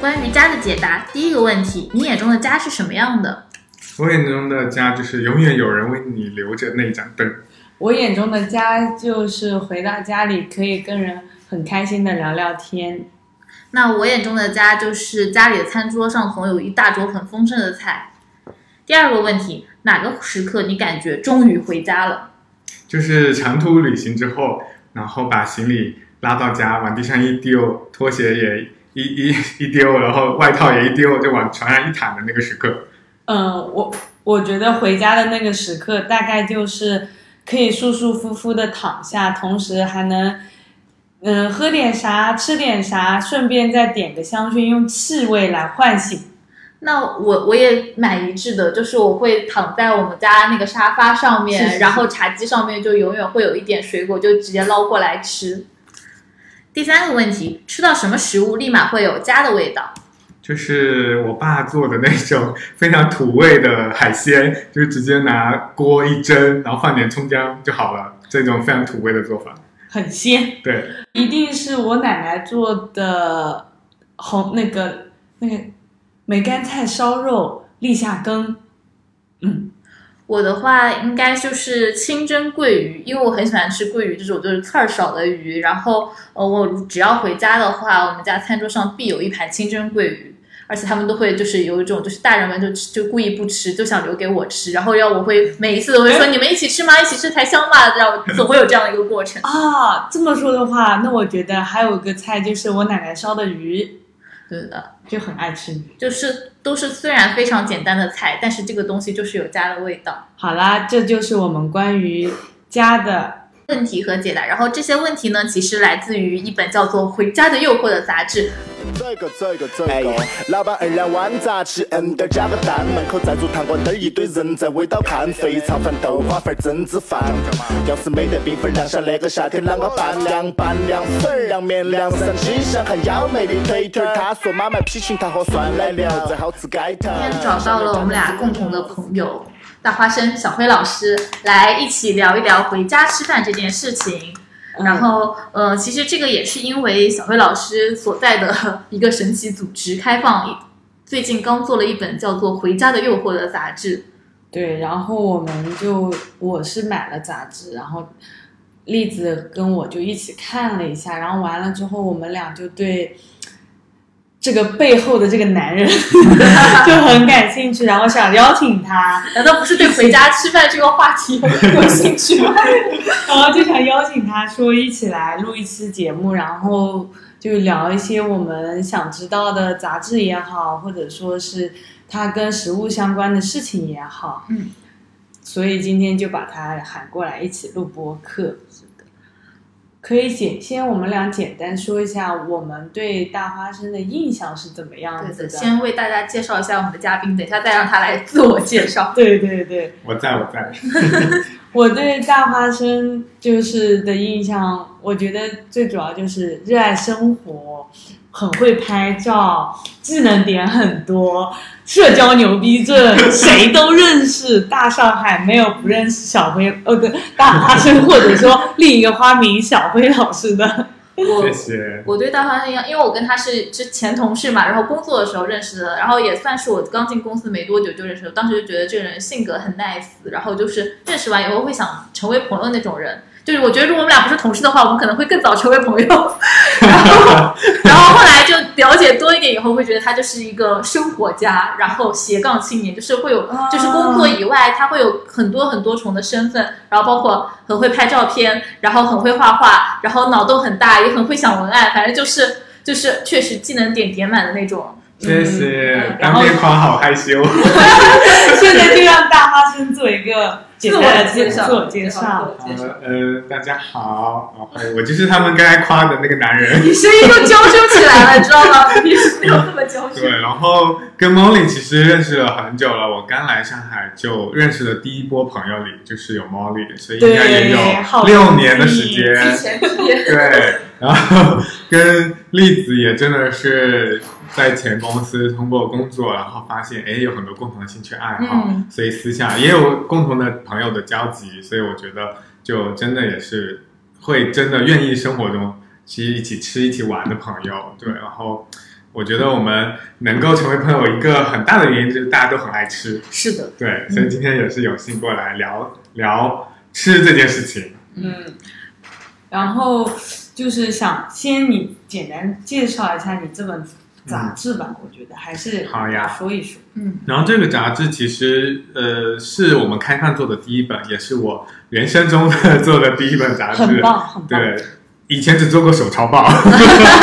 关于家的解答，第一个问题，你眼中的家是什么样的？我眼中的家就是永远有人为你留着那一盏灯。我眼中的家就是回到家里可以跟人很开心的聊聊天。那我眼中的家就是家里的餐桌上总有一大桌很丰盛的菜。第二个问题，哪个时刻你感觉终于回家了？就是长途旅行之后，然后把行李拉到家，往地上一丢，拖鞋也 一一一丢，然后外套也一丢，就往床上一躺的那个时刻。嗯，我我觉得回家的那个时刻，大概就是可以舒舒服服的躺下，同时还能，嗯、喝点啥，吃点啥，顺便再点个香薰，用气味来唤醒。那我我也蛮一致的，就是我会躺在我们家那个沙发上面，是是是然后茶几上面就永远会有一点水果，就直接捞过来吃。第三个问题，吃到什么食物立马会有家的味道？就是我爸做的那种非常土味的海鲜，就是直接拿锅一蒸，然后放点葱姜就好了，这种非常土味的做法。很鲜，对，一定是我奶奶做的红那个那个梅干菜烧肉立夏羹，嗯，我的话应该就是清蒸桂鱼，因为我很喜欢吃桂鱼这种就是刺儿少的鱼。然后呃，我只要回家的话，我们家餐桌上必有一盘清蒸桂鱼，而且他们都会就是有一种就是大人们就吃就故意不吃，就想留给我吃，然后要我会每一次都会说你们一起吃吗？一起吃才香吧，然后总会有这样的一个过程。啊，这么说的话，那我觉得还有一个菜就是我奶奶烧的鱼，对的，就很爱吃鱼。就是都是虽然非常简单的菜，但是这个东西就是有家的味道。好啦，这就是我们关于家的。问题和解答。然后这些问题呢，其实来自于一本叫做《回家的诱惑》的杂志。这个这个这个，老板二两碗杂吃，摁点加个蛋，门口在煮糖瓜灯，一堆人在围到看，肥肠饭、豆花饭、蒸子饭。要是没得冰粉凉下，那个夏天啷个办？凉拌凉粉、凉面、凉三鸡香，还幺妹的腿腿。她说妈卖批裙，她喝酸奶料，再好吃街头。今天找到了我们俩共同的朋友大花生小辉老师，来一起聊一聊回家吃饭这件事情。嗯然后，呃，其实这个也是因为小辉老师所在的一个神奇组织开放，最近刚做了一本叫做《回家的诱惑》的杂志。对，然后我们就我是买了杂志，然后栗子跟我就一起看了一下，然后完了之后，我们俩就对这个背后的这个男人 就很感兴趣，然后想邀请他，难道不是对回家吃饭这个话题有有兴趣吗？ 然后啊就想邀请他说一起来录一期节目，然后就聊一些我们想知道的杂志也好，或者说是他跟食物相关的事情也好。嗯，所以今天就把他喊过来一起录播客。可以简先我们俩简单说一下我们对大花生的印象是怎么 样对子的，的。先为大家介绍一下我们的嘉宾，等一下再让他来自我介绍。对对对，我在我在，我对大花生就是的印象，我觉得最主要就是热爱生活，很会拍照，技能点很多，社交牛逼症，谁都认识。大上海没有不认识小辉，哦对，大花生或者说另一个花名小辉老师的。我谢嗯谢。我对大花生一样，因为我跟他是之前同事嘛，然后工作的时候认识的，然后也算是我刚进公司没多久就认识的，当时就觉得这个人性格很 nice，然后就是认识完以后会想成为朋友那种人。就是我觉得如果我们俩不是同事的话，我们可能会更早成为朋友。然后， 然后后来就了解多一点以后，会觉得他就是一个生活家，然后斜杠青年，就是会有，就是工作以外，他会有很多很多重的身份，然后包括很会拍照片，然后很会画画，然后脑洞很大，也很会想文案，反正就是就是确实技能点点满的那种。谢谢嗯，然后当面夸好害羞。现在就让大花生做一个简单的自自我我介介绍。绍，自我介绍。呃，大家好，然后我就是他们刚才夸的那个男 人。你声音都娇羞起来了，你知道吗？你平时没有这么娇羞。对，然后跟 Molly 其实认识了很久了，我刚来上海就认识的第一波朋友里就是有 Molly，所以应该也对有好六年的时之间。前毕业对，然后跟栗子也真的是在前公司通过工作，然后发现哎有很多共同的兴趣爱好，嗯所以私下也有共同的朋友的交集，所以我觉得就真的也是会真的愿意生活中去一起吃一起玩的朋友，对，然后我觉得我们能够成为朋友一个很大的原因就是大家都很爱吃，是的，对，所以今天也是有幸过来聊聊吃这件事情。嗯，然后就是想先你简单介绍一下你这本杂志吧，我觉得还是嗯好呀说一说。嗯，然后这个杂志其实呃是我们开饭做的第一本，也是我人生中的做的第一本杂志，很棒，很棒。对，以前只做过手抄报。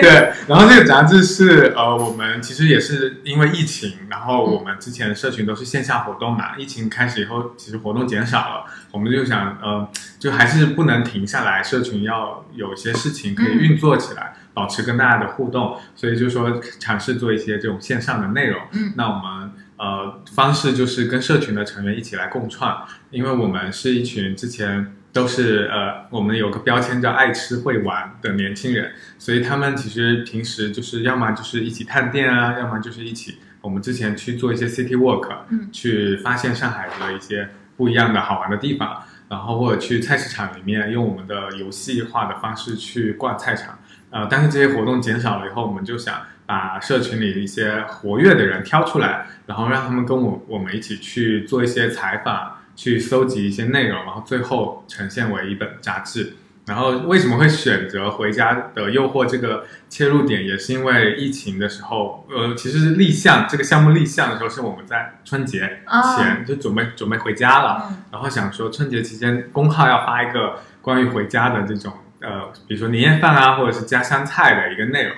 对，然后这个杂志是呃，我们其实也是因为疫情，然后我们之前社群都是线下活动嘛，疫情开始以后，其实活动减少了，我们就想呃，就还是不能停下来，社群要有一些事情可以运作起来，保持跟大家的互动，所以就说尝试做一些这种线上的内容。嗯那我们呃方式就是跟社群的成员一起来共创，因为我们是一群之前都是呃，我们有个标签叫爱吃会玩的年轻人，所以他们其实平时就是要么就是一起探店啊，要么就是一起我们之前去做一些 city walk，啊嗯去发现上海的一些不一样的好玩的地方，然后或者去菜市场里面用我们的游戏化的方式去逛菜场。呃，但是这些活动减少了以后，我们就想把社群里一些活跃的人挑出来，然后让他们跟我我们一起去做一些采访，去搜集一些内容，然后最后呈现为一本杂志。然后为什么会选择《回家的诱惑》这个切入点，也是因为疫情的时候，呃，其实是立项这个项目立项的时候是我们在春节前、啊就准备准备回家了，嗯然后想说春节期间公号要发一个关于回家的这种呃，比如说年夜饭啊，或者是家乡菜的一个内容。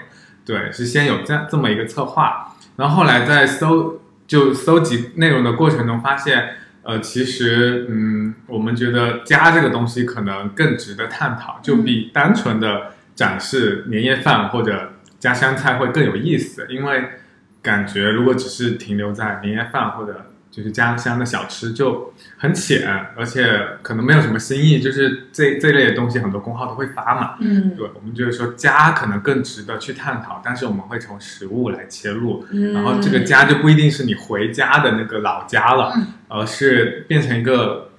对，是先有这样这么一个策划，然后后来在搜就搜集内容的过程中发现，呃，其实嗯，我们觉得家这个东西可能更值得探讨，就比单纯的展示年夜饭或者家乡菜会更有意思，因为感觉如果只是停留在年夜饭或者就是家乡的小吃就很浅，而且可能没有什么新意，就是这这类的东西很多公号都会发嘛，嗯对，我们就是说家可能更值得去探讨，但是我们会从食物来切入，嗯，然后这个家就不一定是你回家的那个老家了，嗯而是变成一个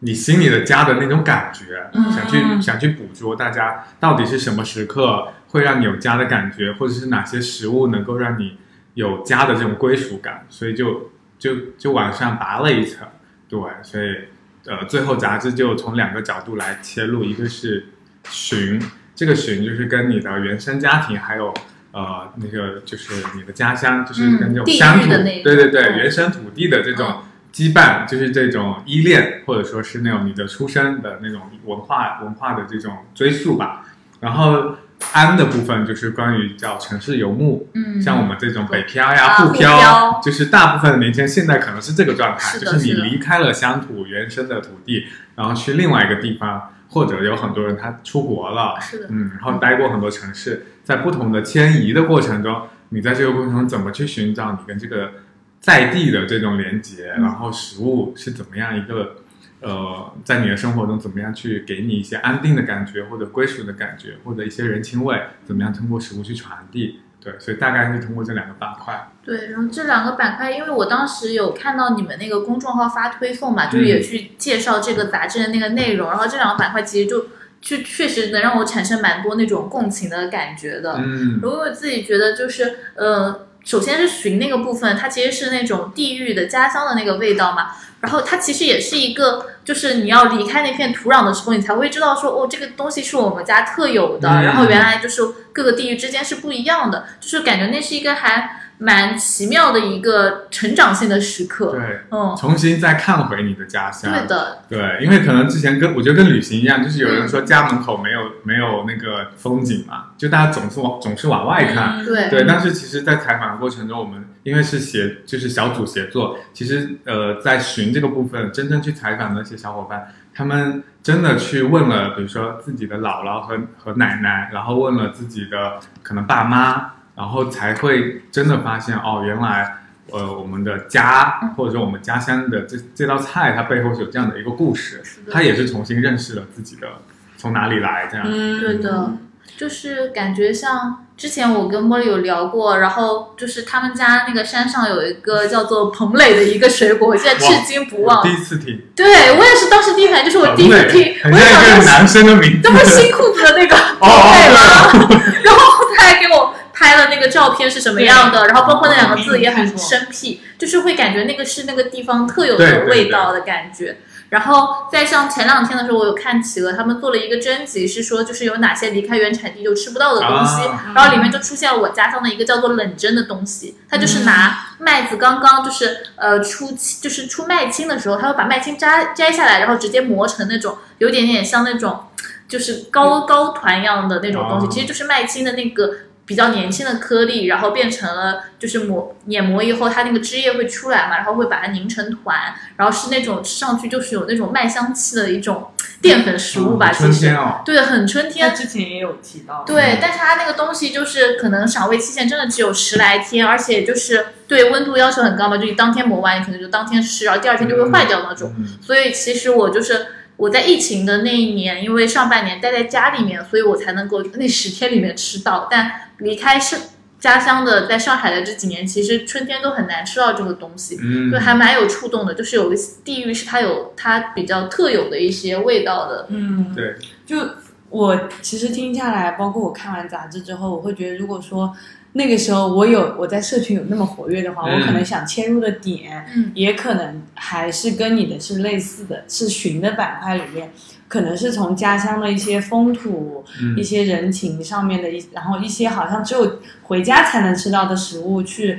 你心里的家的那种感觉，嗯想去想去捕捉大家到底是什么时刻会让你有家的感觉，或者是哪些食物能够让你有家的这种归属感，所以就就就往上拔了一层，对，所以呃，最后杂志就从两个角度来切入，一个是寻，这个寻就是跟你的原生家庭还有。呃，那个就是你的家乡，就是跟嗯这种地域乡土，的那对对对，种嗯原生土地的这种羁绊，就是这种依恋，或者说是那种你的出身的那种文化文化的这种追溯吧。然后安的部分就是关于叫城市游牧，嗯，像我们这种北漂啊呀、沪沪漂就是大部分的年轻人现在可能是这个状态，是就的是你是的离开了乡土原生的土地，然后去另外一个地方，或者有很多人他出国了，是的，嗯，然后待过很多城市，在不同的迁移的过程中，你在这个过程中怎么去寻找你跟这个在地的这种连接，嗯然后食物是怎么样一个呃，在你的生活中怎么样去给你一些安定的感觉，或者归属的感觉，或者一些人情味，怎么样通过食物去传递？对，所以大概是通过这两个板块。对。然后这两个板块，因为我当时有看到你们那个公众号发推送嘛，就是也去介绍这个杂志的那个内容，然后这两个板块其实就就确实能让我产生蛮多那种共情的感觉的。嗯如果我自己觉得就是呃，首先是寻那个部分，它其实是那种地域的家乡的那个味道嘛。然后它其实也是一个，就是你要离开那片土壤的时候，你才会知道说，哦，这个东西是我们家特有的。嗯然后原来就是各个地域之间是不一样的，就是感觉那是一个还蛮奇妙的一个成长性的时刻。对，嗯，重新再看回你的家乡。对的，对，因为可能之前跟我觉得跟旅行一样，就是有人说家门口没有没有那个风景嘛，就大家总是往总是往外看。对对，但是其实，在采访的过程中，我们因为是协就是小组协作，其实呃，在寻这个部分，真正去采访的那些小伙伴，他们真的去问了，比如说自己的姥姥和和奶奶，然后问了自己的可能爸妈，然后才会真的发现哦，原来呃我们的嗯家或者说我们家乡的这这道菜，它背后是有这样的一个故事是，的他也是重新认识了自己的从哪里来这样。嗯，对的，就是感觉像之前我跟茉莉有聊过，然后就是他们家那个山上有一个叫做彭磊的一个水果，我现在至今不我忘第。一次听，对我也是当时第一反应就是我第一次听，很我也像想一个说男生的名字。这不是新裤子的那个哦彭磊吗？然后他还给我。拍了那个照片是什么样的，然后包括那两个字也嗯很嗯生僻，就是会感觉那个是那个地方特有对对的对味道的感觉。然后再像前两天的时候，我有看企鹅他们做了一个征集，是说就是有哪些离开原产地就吃不到的东西，啊然后里面就出现了我家乡的一个叫做冷蒸的东西，它就是拿麦子刚刚就是呃出青就是出麦青的时候，它会把麦青摘摘下来，然后直接磨成那种有点点像那种就是糕糕团一样的那种东西，嗯哦其实就是麦青的那个比较年轻的颗粒，然后变成了就是磨碾磨以后，它那个汁液会出来嘛，然后会把它拧成团，然后是那种吃上去就是有那种麦香气的一种淀粉食物吧，春其实天嗯哦，对，很春他天。之前也有提到，对，但是它那个东西就是可能赏味期限真的只有十来天，而且就是对温度要求很高嘛，就你当天磨完，你可能就当天吃，然后第二天就会坏掉那种。嗯，所以其实我就是我在疫情的那一年，因为上半年待在家里面，所以我才能够那十天里面吃到。但离开是家乡的，在上海的这几年，其实春天都很难吃到这个东西，嗯就还蛮有触动的。就是有一些地域是它有它比较特有的一些味道的。嗯，对，就我其实听下来，包括我看完杂志之后，我会觉得，如果说那个时候我有我在社群有那么活跃的话，嗯我可能想切入的点，嗯也可能还是跟你的是类似的，是寻的板块里面，可能是从家乡的一些风土、嗯一些人情上面的一，然后一些好像只有回家才能吃到的食物去。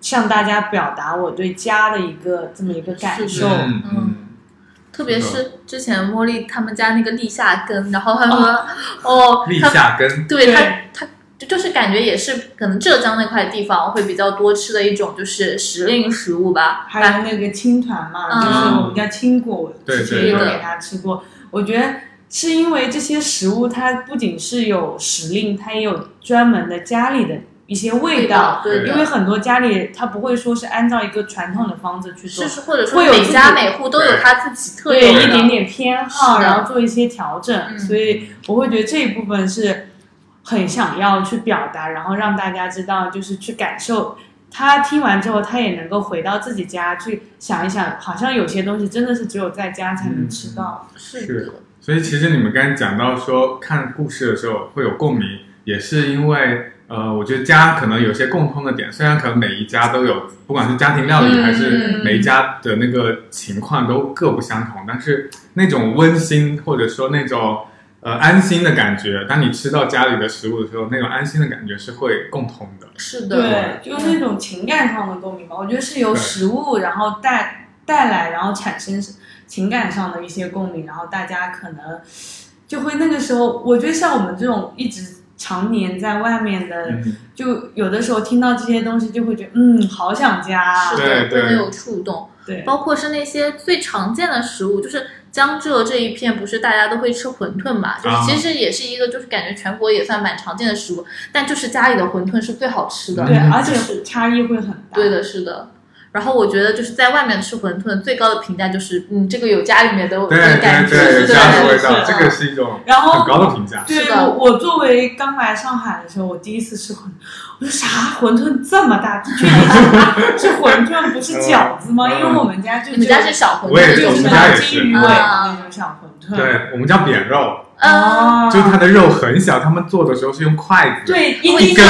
向大家表达我对家的一个这么一个感是受，嗯嗯嗯特别是之前茉莉他们家那个立夏羹，然后他说哦，立他夏根，对对它它就就是感觉也是可能浙江那块地方会比较多吃的一种就是时令食物吧，还有那个青团嘛，嗯就是我们叫青果，对之前对也有对给他吃过。我觉得是因为这些食物，它不仅是有时令，它也有专门的家里的一些味道。对对因为很多家里它不会说是按照一个传统的方式去做是，是或者说会有每自家己每户都有对它自己特对有的一点点偏好，是的然后做一些调整。嗯所以我会觉得这一部分是很想要去表达，然后让大家知道，就是去感受。他听完之后，他也能够回到自己家去想一想，好像有些东西真的是只有在家才能吃到。是的，所以其实你们刚才讲到说看故事的时候会有共鸣，也是因为呃，我觉得家可能有些共通的点，虽然可能每一家都有，不管是家庭料理嗯还是每一家的那个情况都各不相同，但是那种温馨或者说那种呃安心的感觉，当你吃到家里的食物的时候，那种安心的感觉是会共通的。是的，对，就是那种情感上的共鸣吧。我觉得是由对食物，然后带带来，然后产生情感上的一些共鸣，然后大家可能就会那个时候，我觉得像我们这种一直常年在外面的嗯，就有的时候听到这些东西，就会觉得嗯，好想家啊。是对的，对会很有触动。对，包括是那些最常见的食物，就是江浙这一片，不是大家都会吃馄饨嘛？就是啊其实也是一个，就是感觉全国也算蛮常见的食物，但就是家里的馄饨是最好吃的。对，嗯而且就是差异会很大。对，的，是的。然后我觉得就是在外面吃馄饨，最高的评价就是，嗯，这个有家里面的对的感对觉，对，有对家的是味是道，的这个是一种然后很高的评价。是对的我我作为刚来上海的时候，我第一次吃馄饨，我说啥馄饨这么大？这居然 是是馄饨不是饺子吗？嗯因为我们家就你们家是小馄我也饨，是就我是们吗家也是金鱼尾的啊那种小馄饨。对我们叫扁肉，嗯，啊，就是它的肉很小，他们做的时候是用筷子，对一我一一根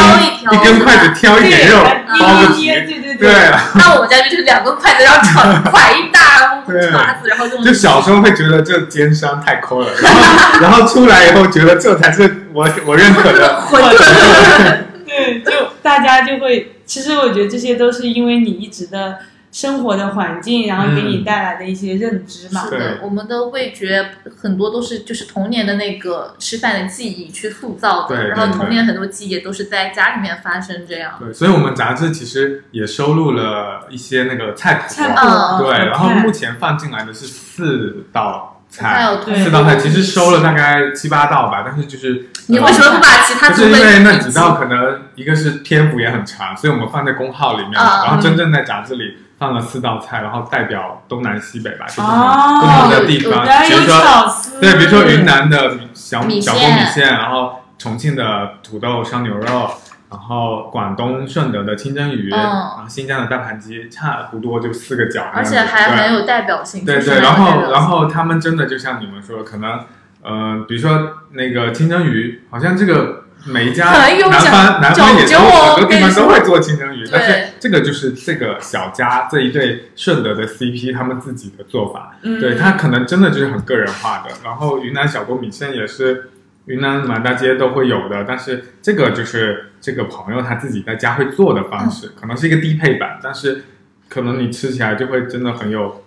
根根挑一条根筷子挑一点肉对包个一皮捏，对对对啊， 那我们家就是两根筷子，然后炒快一大对叉子，然后用就小时候会觉得这奸商太抠了，然后然后出来以后觉得这才是我我认可 的，馄饨， 对，就 大家就会，其实我觉得这些都是因为你一直的生活的环境，然后给你带来的一些认知嘛。是对的，我们的味觉很多都是就是童年的那个吃饭的记忆去塑造的，对对然后对童年很多记忆也都是在家里面发生这样。对，所以我们杂志其实也收录了一些那个菜谱，菜谱哦嗯对，好然后看目前放进来的是四道还菜，有对四道菜其实收了大概七八道吧，但是就是你为什么不把其他啊就部是分因为那几一起道可能一个是篇幅也很长，所以我们放在公号里面，啊然后真正在杂志里放了四道菜，然后代表东南西北吧，就是哦不同的地方有，嗯原来比如有说巧思，对，比如说云，南的小米小线锅米线，然后重庆的土豆烧牛肉。然后广东顺德的清蒸鱼，嗯然后新疆的大盘鸡，差不多就四个角那而样子，且还对很有代表性。对就是对，很有然代后表然性后他们真的就像你们说，可能呃，比如说那个清蒸鱼，好像这个每一家可能又南讲方南方讲也都究哦很多地跟你方说都会做清蒸鱼，但对是这个就是这个小家这一对顺德的 CP 他们自己的做法，嗯对它可能真的就是很个人化的。然后云南小锅米线也是云南满大街都会有的，但是这个就是这个朋友他自己在家会做的方嗯式，可能是一个低配版，但是可能你吃起来就会真的很有，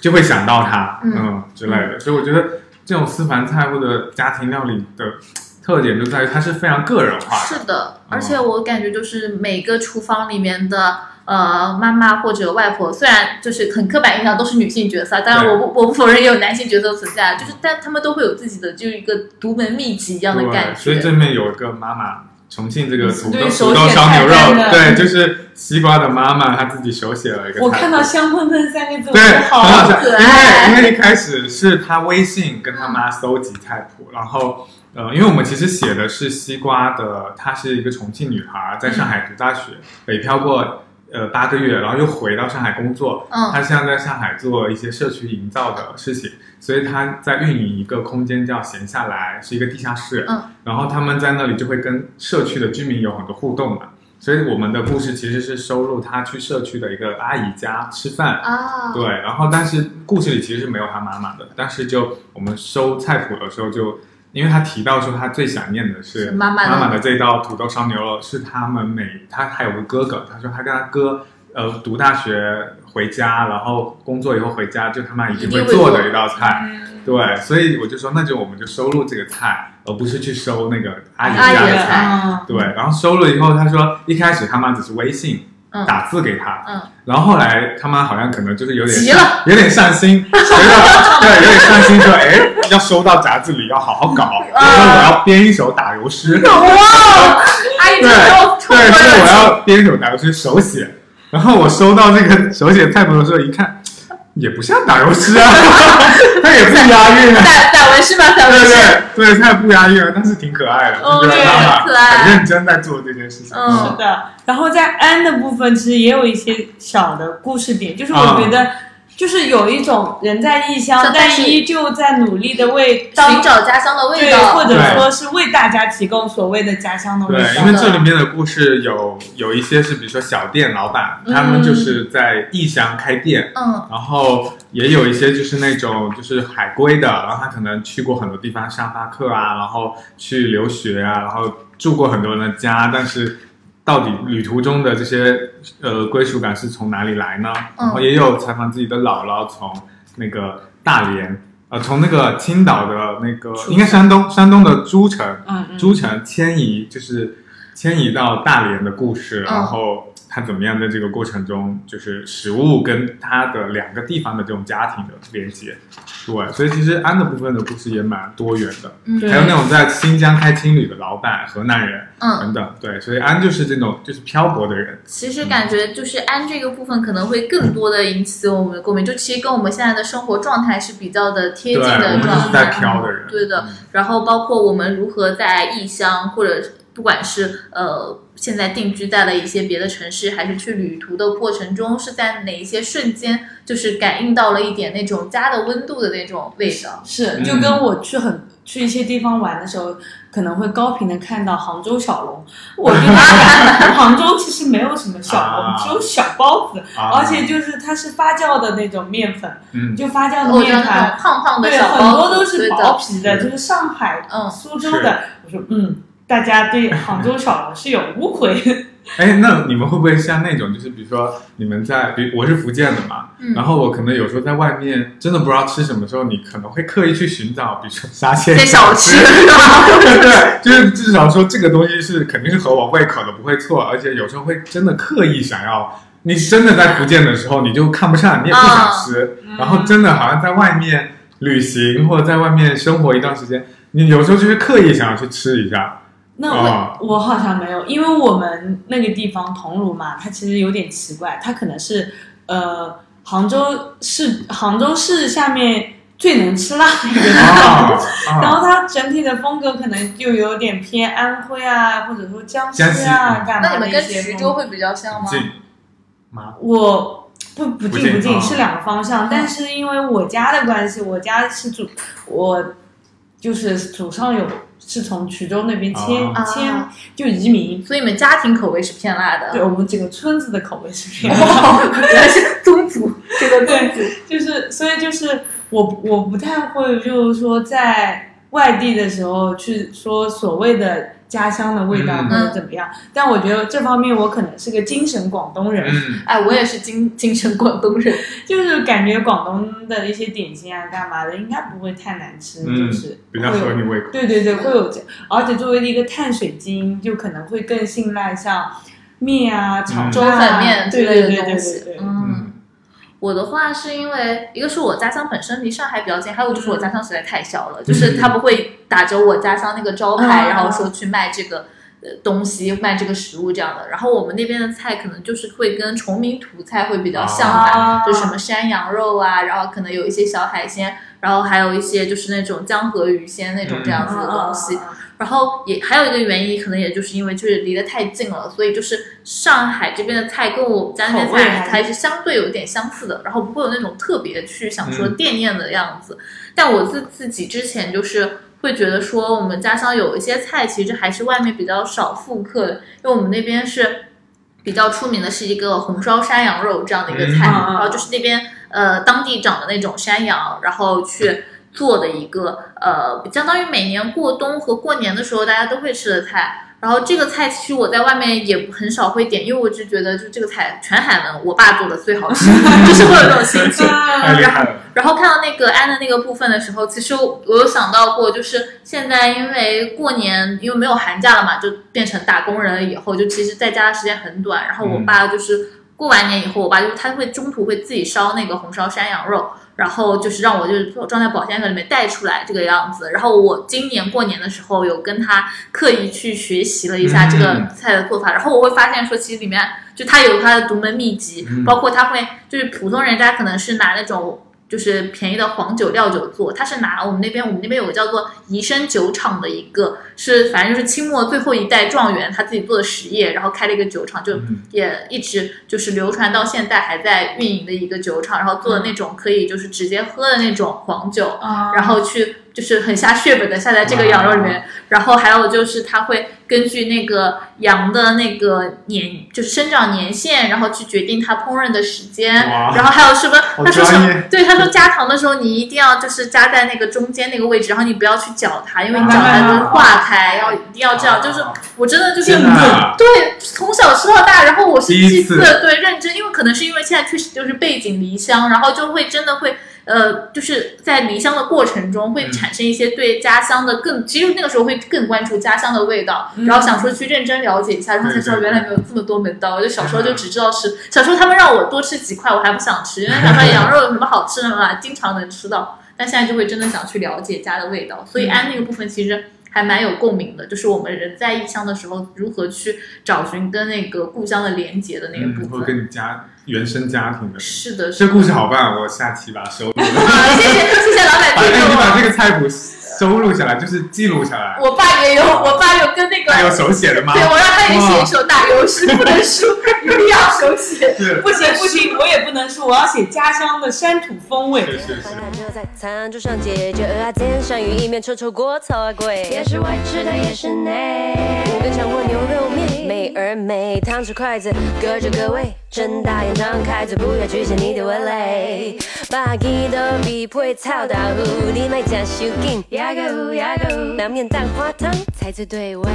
就会想到它，嗯嗯之类的。所以我觉得这种私房菜或者家庭料理的特点就在于它是非常个人化的。是的，而且我感觉就是每个厨房里面的呃妈妈或者外婆，虽然就是很刻板印象都是女性角色，当然对我不我不否认也有男性角色存在，就是但他们都会有自己的就一个独门秘籍一样的感对，所以觉。这面有一个妈妈，重庆这个土豆嗯对手土豆写烧菜牛单肉的，对，就是西瓜的妈妈，她自己手写了一个。我看到。香喷喷三 个字，我对，觉很得好好笑，可因爱为因为一开始是她微信跟她妈搜集菜谱，然后呃，因为我们其实写的是西瓜的，她是一个重庆女孩，在上海读大学，北漂过呃八个月，然后又回到上海工作，嗯他现在在上海做一些社区营造的事情，所以他在运营一个空间叫“闲下来”，是一个地下室。嗯，然后他们在那里就会跟社区的居民有很多互动嘛。所以我们的故事其实是收录他去社区的一个阿姨家吃饭，啊，对，然后但是故事里其实是没有他妈妈的，但是就我们收菜谱的时候就，因为他提到说他最想念的是是妈妈的的这道土豆烧牛肉，是他们每他还有个哥哥，他说他跟他哥呃读大学回家，然后工作以后回家就他妈一定一定会会做做的一道菜。嗯对，所以我就说，那就我们就收录这个菜，而不是去收那个阿姨阿家姨的的菜。啊，对，然后收了以后，他说一开始他妈只是微信嗯打字给他，嗯然后后来他妈好像可能就是有点急了，有点上心，觉得 对，有点上心说，哎，要收到杂志里要好好啊搞，我说我要编一首打 油诗，哇，阿姨真的让我冲对，所以我了，要编一首打油诗手写，然后我收到那个手写菜谱的时候一看，也不像打油诗啊， 它也不押韵 啊。散散文诗吧，散文对诗。对对，太不押韵了，啊但是挺可爱的，哦就觉得对妈可妈爱很认真在做这件事情。嗯是的，然后在安的部分，其实也有一些小的故事点，就是我嗯觉得，就是有一种人在异乡像，但但是依旧在努力的为寻当找家乡的味对，道，或者对说是为大家提供所谓的家乡的味对，道因。为这里面的故事有有一些是，比如说小店老板，他们就是在异乡开店，嗯然后也有一些就是那种就是海归的，然后他可能去过很多地方上巴课啊，然后去留学啊，然后住过很多人的家，但是到底旅途中的这些呃归属感是从哪里来呢？嗯然后也有采访自己的姥姥从那个大连。呃，从那个青岛的那个，应该山东，山东的诸城，嗯嗯，朱城迁移就是迁移到大连的故事，嗯然后他怎么样在这个过程中，就是食物跟他的两个地方的这种家庭的连接，对，所以其实安的部分的故事也蛮多元的，对还有那种在新疆开青旅的老板，河南人嗯，等等，对，所以安就是这种就是漂泊的人，其实感觉就是安这个部分可能会更多的引起我们的共鸣，就其实跟我们现在的生活状态是比较的贴对，近我的们就是状在态。漂的人，对的，嗯然后包括我们如何在异乡，或者不管是呃现在定居在了一些别的城市，还是去旅途的过程中，是在哪一些瞬间，就是感应到了一点那种家的温度的那种味道。是，嗯就跟我去很去一些地方玩的时候，可能会高频的看到杭州 小笼。我就发现杭州其实没有什么小笼，啊只有小包子，啊而且就是它是发酵的那种面粉，嗯，就发酵的哦我觉得面那团种，胖胖的对，小包子，很多都是对的薄皮的，是就是上海、嗯苏州的。我说，嗯，大家对杭州小笼是有误会。 哎，那你们会不会像那种，就是比如说你们在，比如我是福建的嘛，嗯然后我可能有时候在外面真的不知道吃什么时候，你可能会刻意去寻找，比如说沙县在小吃啊是吧？ 对，就是至少说这个东西是肯定是合我胃口的，不会错，而且有时候会真的刻意想要。你真的在福建的时候，你就看不上，你也不想吃，嗯然后真的好像在外面旅行或者在外面生活一段时间，你有时候就会刻意想要去吃一 下。那我、哦我好像没有，因为我们那个地方桐庐嘛，它其实有点奇怪，它可能是呃杭州市杭州市下面最能吃辣的一个地方。啊 然啊！后它整体的风格可能就有点偏安徽啊，或者说江西江西啊，嗯干那嘛你们的一跟些徐风州格。会比较像吗？进吗？我不不不进进不进啊是两个方向，但是因为我家的关系，我家是祖我就是祖上有是从衢州那边迁、哦迁啊就移民。所以你们家庭口味是偏辣对的，我们整个村子的口味是这样 的，哦 原来是宗 族，这个宗族就是所以就是我我不太会就是说在外地的时候去说所谓的家乡的味道嗯或者怎么样，但我觉得这方面我可能是个精神广东人，嗯，哎，我也是精精神广东人， 嗯就是感觉广东的一些点心啊干嘛的应该不会太难吃，嗯就是比较会有合你胃口。对对对，会有这，而且作为一个碳水精，就可能会更信赖像面啊、炒嗯粥饭啊粉面之对类对的对东对西对对。。嗯，嗯，我的话是因为一个是我家乡本身离上海比较近，还有就是我家乡实在太小了，就是他不会打着我家乡那个招牌，嗯然后说去卖这个。呃，东西卖这个食物这样的，然后我们那边的菜可能就是会跟崇明土菜会比较像吧，啊，就什么山羊肉啊，然后可能有一些小海鲜，然后还有一些就是那种江河鱼鲜那种这样子的东西。啊啊啊然后也还有一个原因，可能也就是因为就是离得太近了，所以就是上海这边的菜跟我们家那边口味还菜是还是相对有点相似的，然后不会有那种特别去想嗯说惦念的样子。但我自自己之前就是会觉得说，我们家乡有一些菜其实还是外面比较少复刻的，因为我们那边是比较出名的是一个红烧山羊肉这样的一个菜，嗯然后就是那边呃当地长的那种山羊，然后去做的一个呃，相当于每年过冬和过年的时候大家都会吃的菜。然后这个菜其实我在外面也很少会点，因为我就觉得就这个菜全海南我爸做的最好吃， 就是会有这种心情。太厉害了，然后看到那个安的那个部分的时候，其实我有想到过，就是现在因为过年因为没有寒假了嘛，就变成打工人了以后，就其实在家的时间很短。然后我爸就是过完年以后，我爸就他会中途会自己烧那个红烧山羊肉，然后就是让我就是装在保鲜盒里面带出来这个样子。然后我今年过年的时候有跟他刻意去学习了一下这个嗯菜的做法，然后我会发现说，其实里面就它有它的独门秘籍，嗯包括它会就是普通人家可能是拿那种。就是便宜的黄酒、料酒做，它是拿我们那边我们那边有个叫做宜生酒厂的一个，是反正就是清末最后一代状元他自己做的实业，然后开了一个酒厂，就嗯也一直就是流传到现在还在运营的一个酒厂，然后做的那种可以就是直接喝的那种黄酒，啊然哦后去就是很下血本的下在这个羊肉里面，然后还有就是它会根据那个羊的那个年就是生长年限，然后去决定它烹饪的时间，哇然后还有什么好他说什专么业？对，他说加糖的时候你一定要就是加在那个中间那个位置，然后你不要去搅它，因为你搅它就会化开，啊要一定要这样。就是我真的就是天哪对从小吃到大，然后我是第一记次次对认真，因为可能是因为现在确实就是背井离乡，然后就会真的会。呃，就是在离乡的过程中，会嗯产生一些对家乡的更，其实那个时候会更关注家乡的味道，嗯然后想说去认真了解一下，然后才知道对对嗯原来没有这么多门道。我就小时候就只知道吃，小时候他们让我多吃几块，我还不想吃，因为想说羊肉有什么好吃的嘛，经常能吃到。但现在就会真的想去了解家的味道，所以嗯安那个部分其实还蛮有共鸣的，就是我们人在异乡的时候，如何去找寻跟那个故乡的连结的那个嗯，部会分。跟你家原生家庭的。是的，是这的。故事好棒，我下期把它收录。啊， 谢谢谢谢老板反提正你把给这个菜谱收录下来，就是记录下来。我。我爸也有，我爸有跟那个，还有手写的吗？对我让他也写一首大游诗，不能输，一定要手 写。是不行不行，我也不能说，我要写家乡的山土风味。是是是饭。菜就在餐桌上解决，鹅啊煎鳝鱼意面、臭臭锅、草啊粿，也是外吃的，也是内。五根肠或牛肉面，美而美，汤匙筷子各就各位，睁大眼张开嘴，不要局限你的味蕾。把鸡的米配臭豆腐，你卖假收紧，呀个有呀个有，南面蛋花汤才最对味。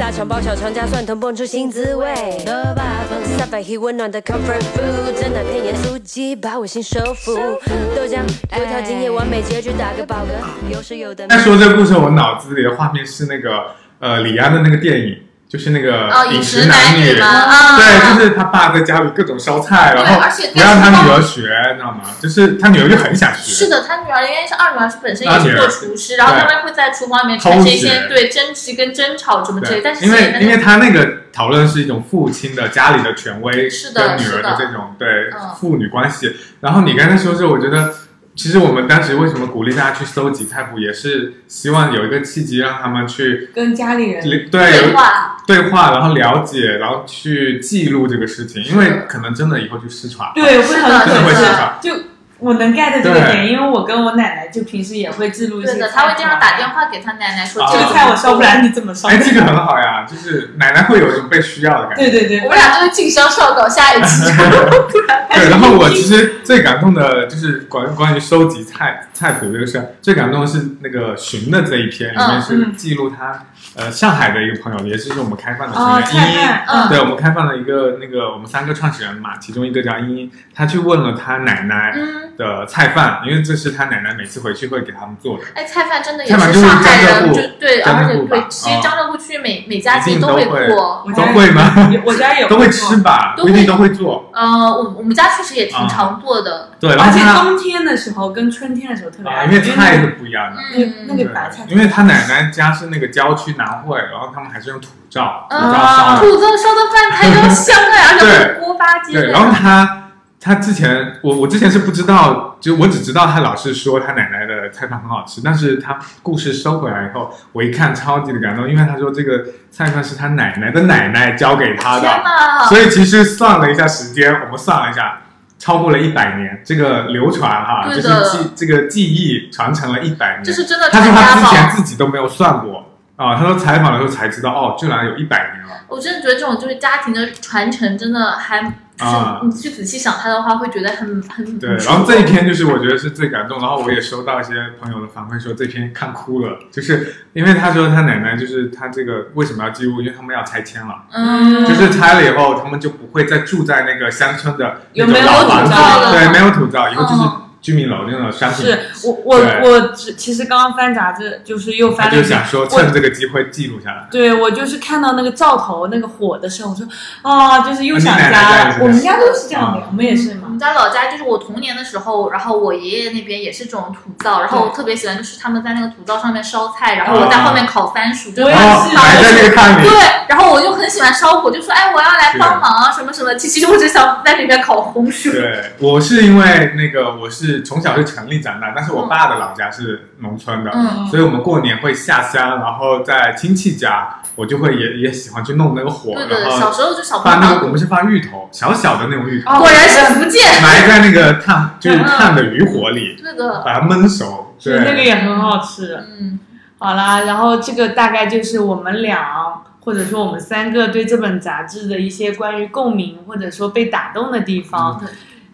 大肠包小肠加蒜头，蹦出新滋味。萝卜粉三百一温暖的 comfort food，真的片盐酥鸡把我心收服。豆浆油条今夜完美结局，打个饱嗝。有时有的在说这个故事，我脑子里的画面是那个呃李安的那个电影，就是那个哦， 《饮食食男女》女嘛，啊，对，就是他爸在家里各种烧菜，然后对而且不让他女儿学，你知道吗？就是他女儿就很想学，是的，他女儿应该是二女儿，是本身也二女是儿做厨师，然后他们会在厨房里面产生一些偷学对争执跟争吵什么之类，对，但是因现为在因为他那个讨论是一种父亲的家里的权威是的跟女儿是的这种对嗯父女关系。然后你刚才说这，我觉得其实我们当时为什么鼓励大家去搜集菜谱，也是希望有一个契机让他们去跟家里人对有对话，对话，然后了解，然后去记录这个事情，因是为的可能真的以后就失传。对，会是的很真的可会惜欣赏。就我能 get 这个对点，因为我跟我奶奶就平时也会记录一些对菜的，谱。啊他会经常打电话给他奶奶说啊这个菜我烧不来，你怎么烧？哎，这个很好呀，就是奶奶会有一种被需要的感觉。对对对我，们俩就是竞相上稿下一 期。 对，然后我其实最感动的就是关关于收集菜菜谱这个事儿，最感动的是那个寻的这一篇，里面嗯是嗯记录他呃上海的一个朋友，也就是我们开饭的哦，成员菜茵茵。饭，嗯对，我们开放了一个那个我们三个创始人嘛，其中一个叫茵茵，她去问了她奶奶嗯，的菜饭，因为这是她奶奶每次回去会给他们做的，哎，菜饭真的也菜饭就是上海人，江浙沪就对，江而浙且沪吧对，其实啊江浙沪区每每家一定庭都都会会做。嗯我都家会吗？有我家有都会做吃，吧，都会不一定都会做。呃，我我们家确实也挺啊常做的。对，然而后且她冬天的时候跟春天的时候特别啊，爱因吃，为菜是不一样的。嗯那个，对那个白菜，，因为她奶奶家是那个郊区南汇，然后他们还是用土灶，土灶烧啊，的。土豆烧的饭太要香啊 了，而且对会锅巴鸡对，然后她她之前我我之前是不知道，就我只知道她老是说她奶奶的菜饭很好吃，但是她故事收回来以后，我一看超级的感动，因为她说这个菜饭是她奶奶的奶奶教给她天的，哪！所以其实算了一下时间，我们算了一下。超过了一百年，这个流传哈、就对是的记这个记忆传承了一百年，这是真的他传说家他之前宝，自己都没有算过啊，他说采访的时候才知道，哦，居然有一百年了。我真的觉得这种就是家庭的传承，真的还就是啊你去仔细想它的话，会觉得很很 对，然后这一篇就是我觉得是最感动，然后我也收到一些朋友的反馈说这篇看哭了，就是因为他说他奶奶就是他这个为什么要记录，因为他们要拆迁了，嗯，就是拆了以后他们就不会再住在那个乡村的那有种没有老房土子灶里，了对，没有土灶，以后就是居民楼那种商品是，我我对我只其实刚刚翻杂志，就是又他翻了就一遍想。说我趁这个机会记录下来。对我就是看到那个灶头那个火的时候，我说啊，就是又想你奶奶家啊嗯也是家了。我们家都是这样的，我们也是我嘛。们家老家就是我童年的时候，然后我爷爷那边也是这种土灶，然后我特别喜欢就是他们在那个土灶上面烧菜，然啊后我在后面烤番薯，就我是也然后是埋在那个炕里，对，然后我就很喜欢烧火，就说哎我要来帮忙啊什么什么，其实我只想在里面烤红薯。对，我是因为那个我是从小是城里长大，但是我爸的老家是农村的，嗯，所以我们过年会下乡，然后在亲戚家，我就会也也喜欢去弄那个火，对的，然小后时候就小放朋那个我友，们是放芋头，小小的那种芋头，哦果然是福建，埋在那个炭就是嗯炭的余火里，对的，把它焖熟。是那个对，也很好吃。嗯，好啦，然后这个大概就是我们俩或者说我们三个对这本杂志的一些关于共鸣或者说被打动的地方。嗯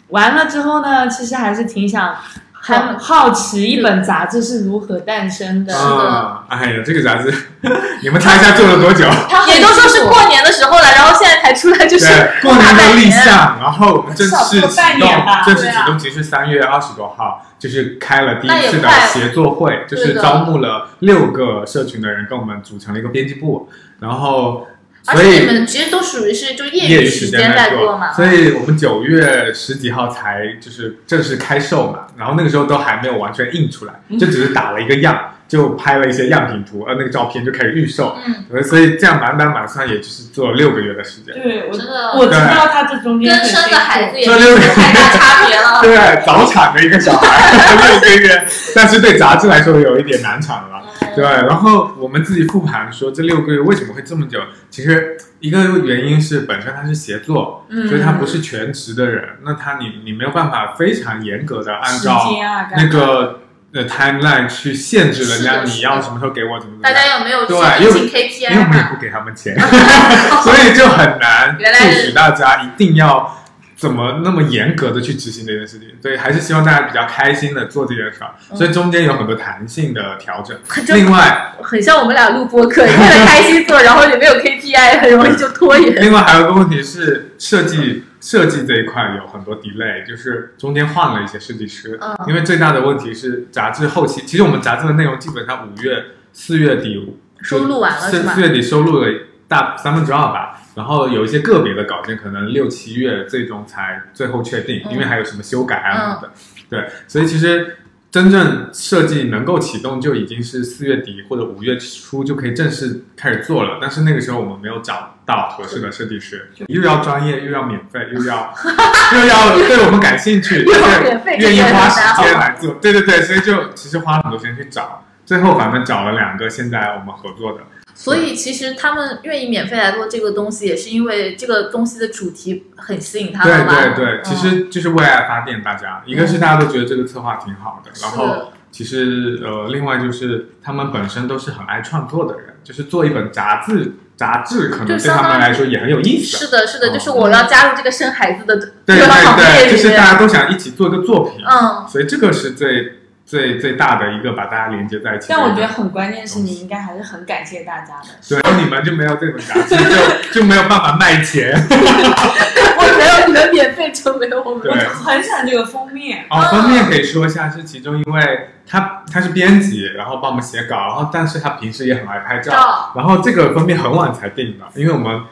完了之后呢，其实还是挺想很好奇一本杂志是如何诞生的。啊，哎呀，这个杂志， 你们猜一下做了多久？它很也都说是辛苦过年的时候了，然后现在才出来，就是 对，过大年半都立年。项，然后我们正少式说半启动年吧，正式对启啊动其实是三月二十多号，就是开了第一那也次的快协作会，就是对的招募了六个社群的人，跟我们组成了一个编辑部，然后啊而所且你以们其实都属于是就业业余时间在做嘛，所以我们九月十几号才就是正式开售嘛，然后那个时候都还没有完全印出来，嗯就只是打了一个样，就拍了一些样品图，呃，那个照片就开始预售，嗯，所以这样满打满算也就是做了六个月的时间。对，我真的我知道它这中间嗯跟很辛生苦个孩子也这没六有个太大差别 了。对，早产的一个小孩， 六个月，但是对杂志来说有一点难产了。对，然后我们自己复盘说这六个月为什么会这么久？其实一个原因是本身他是协作，嗯所以他不是全职的人，那他你你没有办法非常严格的按时照间啊，那干嘛个呃 timeline 去限制人是家的你要什么时候给我怎么怎么大样，家有没啊有去对因定为性因为 KPI 我们也嘛？不给他们钱， 所以就很难原来促使大家一定要怎么那么严格的去执行这件事情。对，还是希望大家比较开心的做这件事儿，所以中间有很多弹性的调整。就另外，嗯很像我们俩录播客，一个开心做，然后也没有 KPI，很容易就拖 延。另外还有一个问题是设计。设计这一块有很多 delay，就是中间换了一些设计师，嗯因为最大的问题是杂志后期，其实我们杂志的内容基本上五月、四月底收录完了四是吧四月底收录了大三分之二吧，然后有一些个别的稿件可能六七月最终才最后确定，嗯因为还有什么修改啊什么的。对，所以其实真正设计能够启动就已经是四月底或者五月初就可以正式开始做了，但是那个时候我们没有找到合适的设计师，又要专业又要免费又 要又要对我们感兴趣，又要但免费是愿意这个花很时难间好来做。对对对，所以就其实花很多时间去找，最后反正找了两个现在我们合作的。所以其实他们愿意免费来做这个东西，也是因为这个东西的主题很吸引他对们吧？对对，嗯其实就是为爱发电，大家、一个是大家都觉得这个策划挺好的，然后其实呃，另外就是他们本身都是很爱创作的人，就是做一本杂志，杂志可能就对相他当于们来说也很有意思。是的，是的，就是我要加入这个生孩子的哦对个行对列对，里就是面。大家都想一起做一个作品，嗯，所以这个是最最最大的一个把大家连接在一起的一但个。我觉得很关键是你应该还是很感谢大家的。对，然后你们就没有这种杂志，就就没有办法卖钱。我没有你们免费就没有我们。对我就很想这个封面，哦，封面可以说一下，是其中因为他他是编辑，然后帮我们写稿，然后但是他平时也很爱拍照照，然后这个封面很晚才定的，因为我们。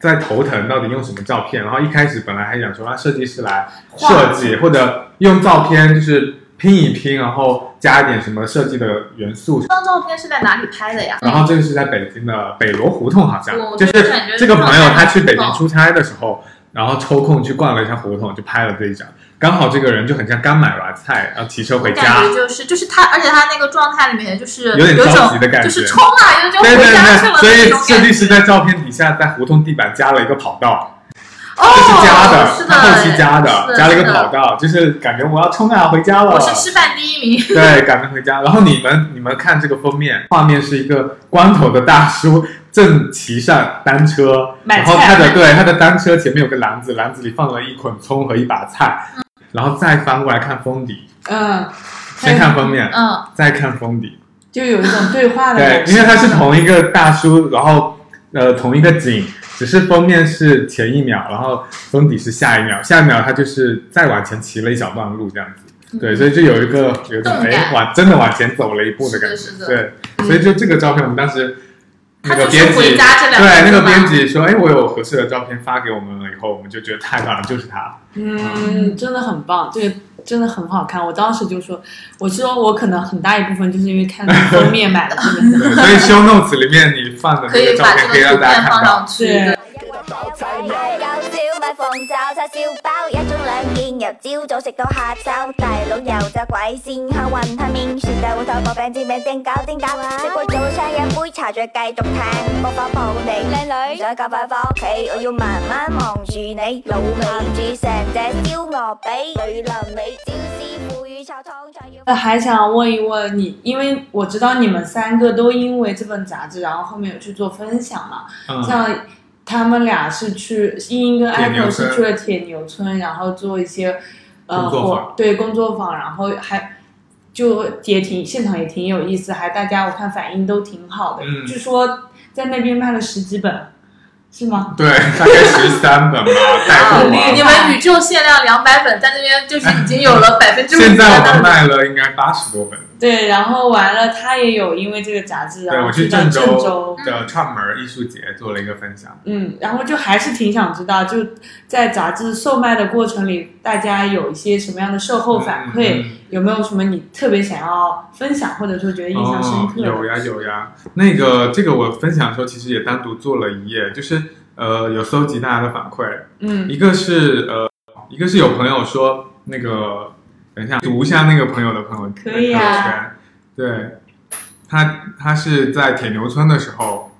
在头疼到底用什么照片，然后一开始本来还想说让设计师来设计，或者用照片就是拼一拼，然后加一点什么设计的元素这张照片是在哪里拍的呀？然后这个是在北京的北罗胡同，好像我就是我感觉这个朋友他去北嗯京出差的时候，然后抽空去逛了一下胡同，就拍了这一张。刚好这个人就很像刚买完菜，然后骑车回我感家觉。就是就是他，而且他那个状态里面就是有点一着急的种感觉就是冲啊，有种对回对家去了对，所那以种设计感觉。师在照片底下在胡同地板加了一个跑道，哦，这是加的，是的，他后期加是的，加了一是个的跑道，就是感觉我要冲啊，回家了。我是示范第一名， 对，赶着回家。然后你们你们看这个封面，画面是一个光头的大叔正骑上单车，买然后菜他的对他的单车前面有个篮子，篮子里放了一捆葱和一把菜，然后再翻过来看封底，嗯，先看封面，嗯，再看封底。就有一种对啊话的对感，觉。因为他是同一个大叔，然后呃同一个景，只是封面是前一秒，然后封底是下一秒，下一秒他就是再往前骑了一小段路这样嗯子。对，所以就有一个有一种动哎感往真的往前走了一步的感觉。是的是的对，所以就这个照片，我们当时。他那就个是编辑回家这两个字对那个嘛编辑说：“哎，我有合适的照片发给我们了，以后我们就觉得太棒了，就是 他。嗯，真的很棒，这个真的很好看。我当时就说，我说我可能很大一部分就是因为看了封面买的这对个。所以 show notes 里面你放的可那以个照把片这可以个让图大家片放看到上。 去。对呃，还想问一问你，因为我知道你们三个都因为这本杂志，然后后面有去做分享嘛。嗯，像他们俩是去英英跟铁 i p 牛 o 村是去了铁牛村，然后做一些工呃作坊活对工作坊，然后还就也挺现场也挺有意思，还大家我看反应都挺好的，嗯据说在那边卖了十几本，是吗？对，大概十三本吧，带啊货很厉完害你们宇宙限量两百本，在那边就是已经有嗯了百分之五现十在我们的。卖了应该八十多本，对，然后完了他也有因为这个杂志，对然后我去到郑州的串门艺术节做了一个分享。嗯，然后就还是挺想知道，就在杂志售卖的过程里，大家有一些什么样的售后反嗯馈，嗯有没有什么你特别想要分享，或者说觉得印象深哦，刻的？有呀有呀，那个这个我分享的时候其实也单独做了一页，就是呃有搜集大家的反馈，嗯一个是呃一个是有朋友说那个等一下读一下那个朋友的朋友可以啊朋友圈对他他是在铁牛村的时候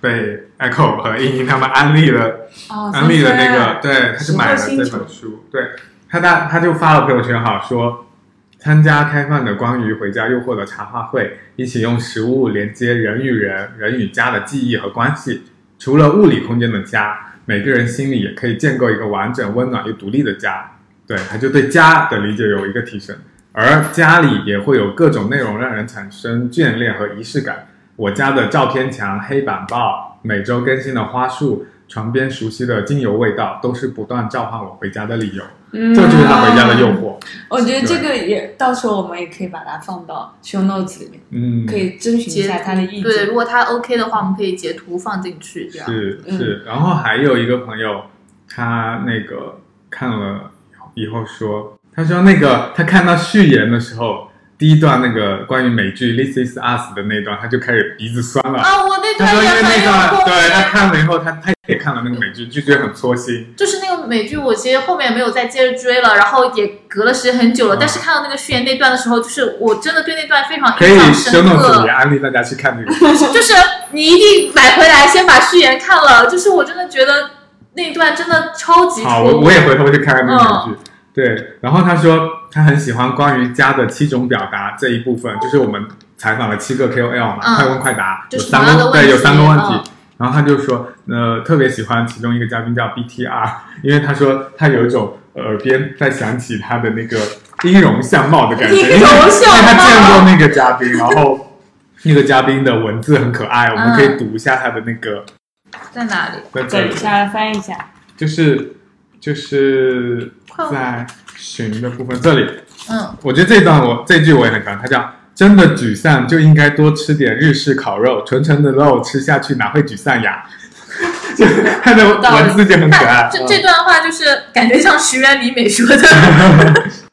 被 Echo 和英英他们安利了。啊，哦安利的那个，三对，他就买了石这破新本书，对他大他就发了朋友圈哈，说参加开放的关于回家诱惑的茶话会，一起用食物连接人与人、人与家的记忆和关系。除了物理空间的家，每个人心里也可以建构一个完整、温暖又独立的家。对，他就对家的理解有一个提升，而家里也会有各种内容让人产生眷恋和仪式感。我家的照片墙、黑板报、每周更新的花束、床边熟悉的精油味道，都是不断召唤我回家的理由。嗯，这就是他回家的诱。惑。哦我觉得这个也到时候我们也可以把它放到 show notes 里面，嗯，可以征询一截下他的意图见。对，如果他 OK 的话，我们可以截图放进去，这样。嗯是是。然后还有一个朋友，他那个看了以后说，他说那个他看到序言的时候，第一段那个关于美剧《This Is Us》的那段，他就开始鼻子酸了。啊，我那他段说也因为那很有段，共对他鸣。看了以后，他他也看了那个美剧，就觉得很戳心。就是那个美剧，我其实后面没有再接着追了，然后也隔了时间很久嗯了。但是看到那个序言那段的时候，就是我真的对那段非常可以印象修深弄子刻也。安利大家去看这个。就是你一定买回来先把序言看了，就是我真的觉得那一段真的超级好，戳我我我也回头去看看那个嗯美剧。对，然后他说他很喜欢关于家的七种表达这一部分，就是我们采访了七个 KOL 嘛，嗯快问快答，就有是三同样的个问题对，有三个问题。嗯然后他就说，呃，特别喜欢其中一个嘉宾叫 BTR，因为他说他有一种耳边在响起他的那个音容相貌的感觉，因为音容相貌因为他见过那个嘉宾，然后那个嘉宾的文字很可爱，我们可以嗯读一下他的那个在哪里？在这等里一。下翻一下，就是就是快问在寻的部分这里，嗯，我觉得这一段我这句我也很喜欢，它叫“真的沮丧就应该多吃点日式烤肉，纯纯的肉吃下去哪会沮丧呀？” 就它的文字就很可爱那。这这段话就是感觉像石原里美说的，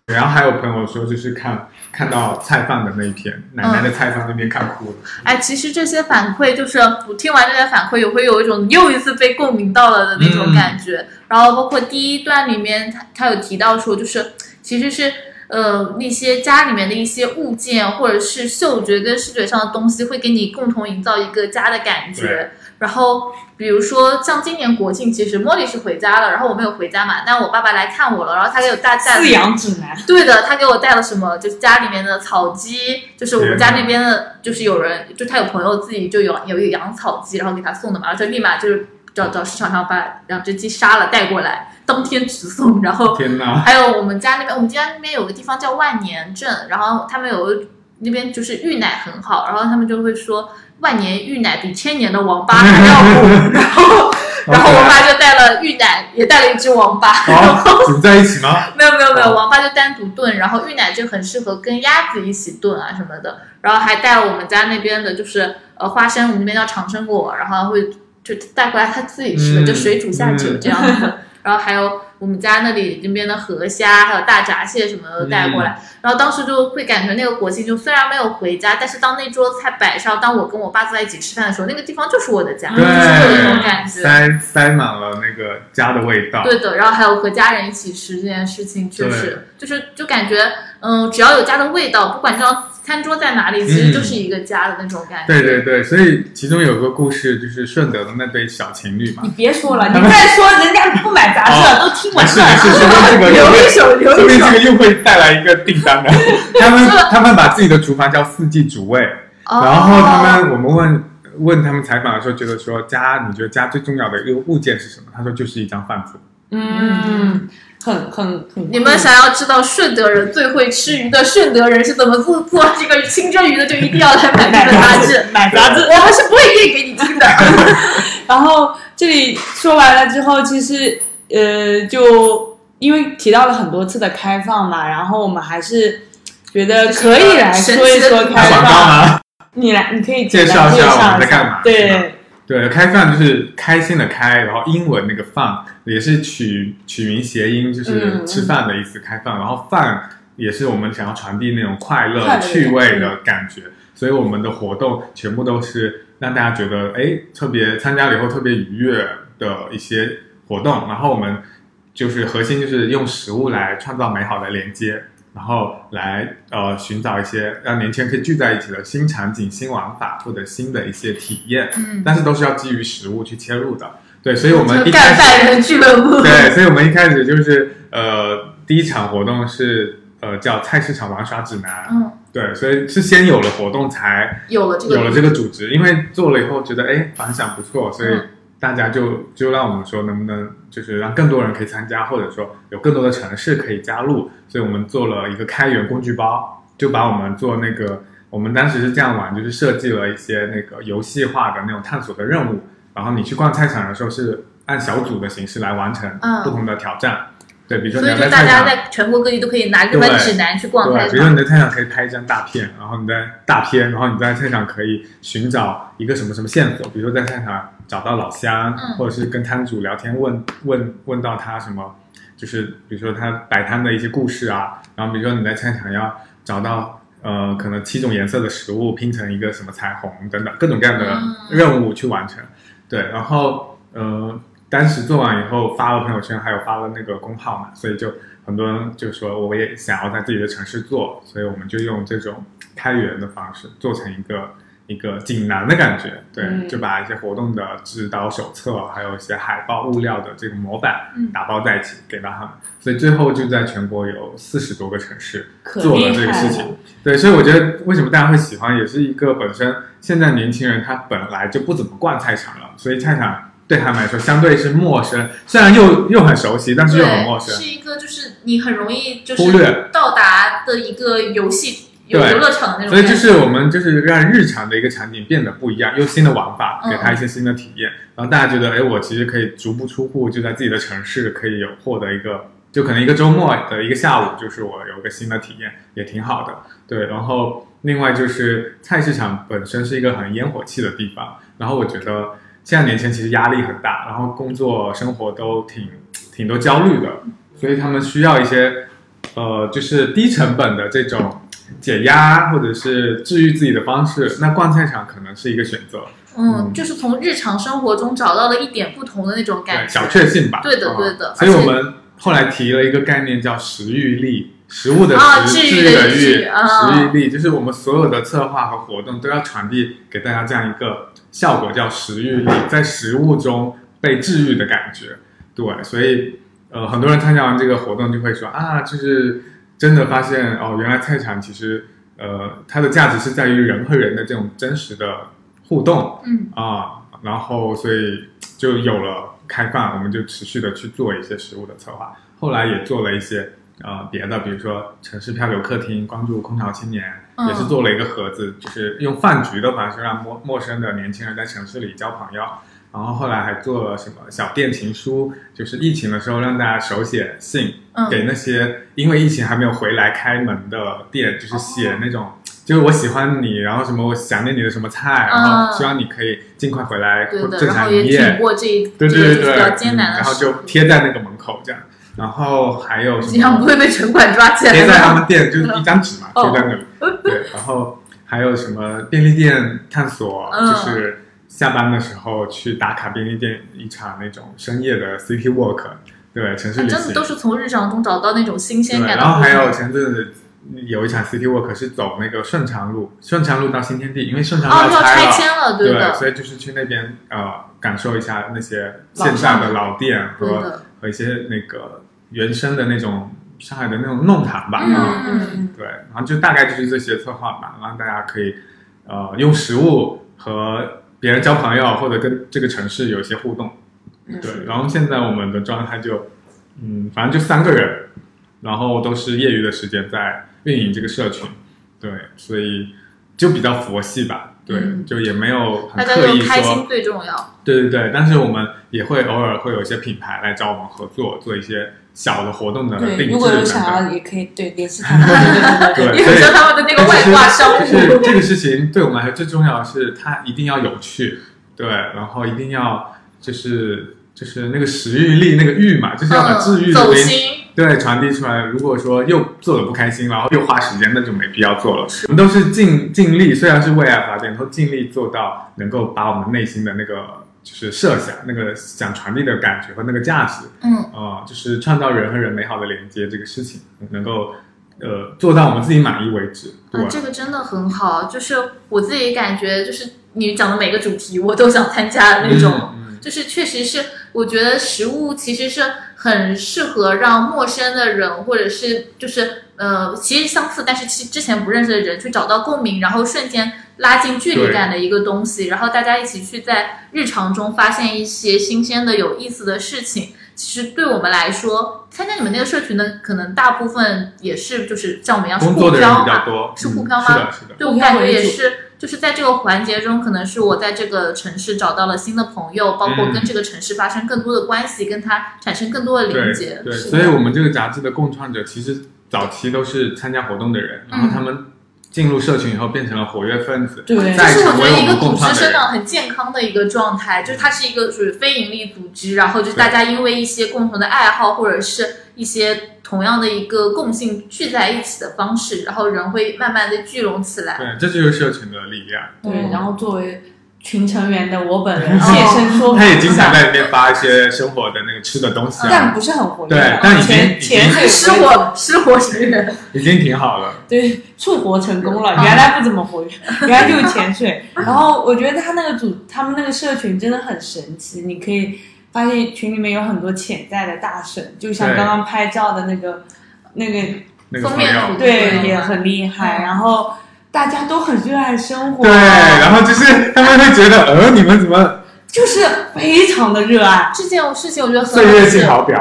然后还有朋友说，就是看看到菜贩的那一篇，奶嗯奶的菜贩那边看哭了。哎，其实这些反馈就是我听完这些反馈，也会有一种又一次被共鸣到了的那嗯种感觉。然后包括第一段里面，他他有提到说，就是其实是呃那些家里面的一些物件或者是嗅觉跟视觉上的东西，会给你共同营造一个家的感对觉。然后比如说像今年国庆，其实茉莉是回家了，然后我没有回家嘛，但我爸爸来看我了，然后他给我大带饲养指南，对的，他给我带了什么？就是家里面的草鸡，就是我们家那边的，就是有人，就他有朋友自己就有有养草鸡，然后给他送的嘛，然后就立马就是找找市场上把两只鸡杀了带过来，当天直送。然后 天哪！还有我们家那边，我们家那边有个地方叫万年镇，然后他们有那边就是玉奶很好，然后他们就会说万年玉奶比千年的王八还要红，然后然后我爸就带了玉奶，也带了一只王八，然后。好，哦组在一起吗？没有没有没有，王八就单独炖，然后玉奶就很适合跟鸭子一起炖啊什么的，然后还带了我们家那边的就是呃花生，我们那边叫长生果，然后会就带过来他自己吃的，嗯就水煮下酒嗯这样子。然后还有我们家那里那边的河虾，还有大闸蟹什么的带过来。嗯然后当时就会感觉那个国庆就虽然没有回家，但是当那桌菜摆上，当我跟我爸坐在一起吃饭的时候，那个地方就是我的嗯家，就对是有那种感觉。塞塞满了那个家的味道。对的，然后还有和家人一起吃这件事情，确实就是就感觉，嗯，只要有家的味道，不管这张餐桌在哪里，其实就是一个家的那种感觉。嗯对对对，所以其中有个故事就是顺德的那对小情侣嘛你，别说 了，你再说人家不买杂志了，都听没完事了没。事，说明这个 留一手，说留一明手这。个又会带来一个订单的。他们他们把自己的厨房叫四季主卫，哦，然后他们我们问问他们采访的时候，觉得说家你觉得家最重要的一个物件是什么？他说就是一张饭谱。嗯，很很很。你们想要知道顺德人最会吃鱼的顺德人是怎么做做这个清蒸鱼的，就一定要来买买这本杂杂志 志，，买杂志。我们是不会念给你听的。 然后这里说完了之后，其实呃，就因为提到了很多次的开放嘛，然后我们还是觉得可以来说一说还开有广告放。吗？你来，你可以介简单绍一介下我绍们在干嘛？是吧对，对，开放就是开心的开，然后英文那个放也是取取名谐音，就是嗯吃饭的意思，开放。然后饭也是我们想要传递那种快乐、快乐的趣味的感觉，所以我们的活动全部都是让大家觉得哎，特别参加了以后特别愉悦的一些活动。然后我们就是核心就是用食物来创造美好的连接。然后来呃寻找一些让年轻人可以聚在一起的新场景、新玩法或者新的一些体验，嗯，但是都是要基于食物去切入的。对，所以我们一就干开始，饭人俱乐部。对，所以我们一开始就是呃，第一场活动是呃叫菜市场玩耍指南，嗯，对，所以是先有了活动才有了这个，嗯有了这个组织，因为做了以后觉得哎反响不错，所以大家就就让我们说能不能就是让更多人可以参加，或者说有更多的城市可以加入，所以我们做了一个开源工具包，就把我们做那个我们当时是这样玩，就是设计了一些那个游戏化的那种探索的任务，然后你去逛菜场的时候是按小组的形式来完成嗯不同的挑战，对，比如说你所以就要在大菜家场。在全国各地都可以拿这本指南去逛菜对，比如说场你。在菜场可以拍一张大片，然后你在大片，然后你在菜场可以寻找一个什么什么线索，比如说在菜场找到老乡，嗯或者是跟摊主聊天问问问到他什么，就是比如说他摆摊的一些故事啊，然后比如说你在菜场要找到呃，可能七种颜色的食物拼成一个什么彩虹等等各种各样嗯的任务去完成。对，然后呃，当时做完以后发了朋友圈，还有发了那个公号嘛，所以就很多人就说我也想要在自己的城市做，所以我们就用这种开源的方式做成一个一个锦囊的感觉，对，嗯就把一些活动的指导手册，还有一些海报物料的这个模板嗯打包在一起给到他们，所以最后就在全国有四十多个城市可做了厉这个害事了情。对，所以我觉得为什么大家会喜欢，也是一个本身现在年轻人他本来就不怎么逛菜场了，所以菜场对他们来说相对是陌生，虽然又又很熟悉，但是又很陌对，生是。一个就是你很容易就忽略是到达的一个游戏游对游乐场的那种所感以觉，就是我们就是让日常的一个场景变得不一样，用新的玩法嗯给他一些新的体验，然后大家觉得，哎，我其实可以足不出户就在自己的城市可以有获得一个，就可能一个周末的一个下午，就是我有一个新的体验，也挺好的。对，然后另外就是菜市场本身是一个很烟火气的地方，然后我觉得现在年轻人其实压力很大，然后工作生活都挺挺多焦虑的，所以他们需要一些呃，就是低成本的这种解压或者是治愈自己的方式。那逛菜场可能是一个选择，嗯，就是从日常生活中找到了一点不同的那种对，感觉，小确幸吧。对的嗯对的所以我而且们后来提了一个概念叫食欲力。食物的食、啊治治愈愈的的愈，愈啊食欲力就是我们所有的策划和活动都要传递给大家这样一个效果，叫食嗯欲力，在食物中被治愈的感觉。对，所以呃，很多人参加完这个活动就会说啊，就是真的发现哦，原来菜场其实呃，它的价值是在于人和人的这种真实的互动嗯，啊，然后所以就有了开放，我们就持续的去做一些食物的策划，后来也做了一些。呃，别的，比如说城市漂流客厅，关注空巢青年，嗯也是做了一个盒子，就是用饭局的方式让陌陌生的年轻人在城市里交朋友。然后后来还做了什么小电情书，就是疫情的时候让大家手写信嗯给那些因为疫情还没有回来开门的店，哦就是写那种。就是我喜欢你，然后什么我想念你的什么菜，然后希望你可以尽快回来或嗯对的，正然常后营也业挺，过这一对这对个对对，比较艰难嗯的然后时就刻，贴在那个门口这样，然后还有什经常不么会被城管抓起来贴在他吗？们店就是一张纸嘛，哦贴在那里，对，然后还有什么便利店探索，嗯就是下班的时候去打卡便利店一场那种深夜的 city walk，对，城市啊真旅行的，都是从日常中找到那种新鲜对，感的。然后还有前阵子有一场 city walk 是走那个顺常路，顺常路到新天地，因为顺常路哦，要拆拆了，迁了，对的，所以就是去那边呃感受一下那些老线下巷的老店对和的，和一些那个原生的那种上海的那种弄堂吧，嗯嗯对，然后就大概就是这些策划吧，让大家可以呃用食物和别人交朋友，或者跟这个城市有一些互动。嗯对，然后现在我们的状态就，嗯，反正就三个人，然后都是业余的时间在运营这个社群，对，所以就比较佛系吧，对，嗯就也没有很大家刻就意开心说，最重要。对对对，但是我们也会偶尔会有一些品牌来找我们合作，做一些小的活动的定对，制如果有等等想要也可以对 联系他们， 对对对对对，你所很以知道他们的那个外挂商务，就哎是这个事情对我们来说最重要的是，它一定要有趣，对，然后一定要就是就是那个食欲力那个欲嘛，就是要把治嗯，愈的走东西、心，对传递出来。如果说又做的不开心，然后又花时间，那就没必要做了。我们都是尽尽力，虽然是为爱发电，都尽力做到能够把我们内心的那个就是设想、那个想传递的感觉和那个价值，嗯，啊、就是创造人和人美好的连接这个事情，能够呃做到我们自己满意为止。对，嗯，这个真的很好。就是我自己感觉，就是你讲的每个主题，我都想参加的那种。嗯 就是确实是，我觉得食物其实是很适合让陌生的人，或者是就是呃，其实相似，但是其实之前不认识的人去找到共鸣，然后瞬间拉近距离感的一个东西，然后大家一起去在日常中发现一些新鲜的、有意思的事情。其实对我们来说，参加你们那个社群的，可能大部分也是就是像我们一样是工作互的人漂比较嘛，多，是嗯互漂吗是的，是的。对我感觉也是，就是在这个环节中，可能是我在这个城市找到了新的朋友，包嗯括跟这个城市发生更多的关系，跟它产生更多的连接对。对，是所以我们这个杂志的共创者其实早期都是参加活动的人，然后他们进入社群以后变成了活跃分子，对这嗯再是我成觉为得一们个组共创织生的人。长很健康的一个状态，就是它是一个属于非盈利组织，然后就是大家因为一些共同的爱好或者是一些同样的一个共性聚在一起的方式，然后人会慢慢的聚拢起来。对，这就是社群的力量。对，嗯然后作为群成员的我本人现身说法他一下，也经常在里面发一些生活的那个吃的东西但啊，不是很活跃，对但已经已经潜潜水失火失火成人，已经挺好了。对，触活成功了。啊嗯原来不怎么活 跃，原来就是潜水。然后我觉得他那个组，他们那个社群真的很神奇，你可以发现群里面有很多潜在的大神，就像对刚刚拍照的那个那个，那个封朋面友图，对，嗯也很厉害。然后大家都很热爱生活，对，然后就是他们会觉得，呃，你们怎么就是非常的热爱。这件事情我觉得很岁有月趣静好表？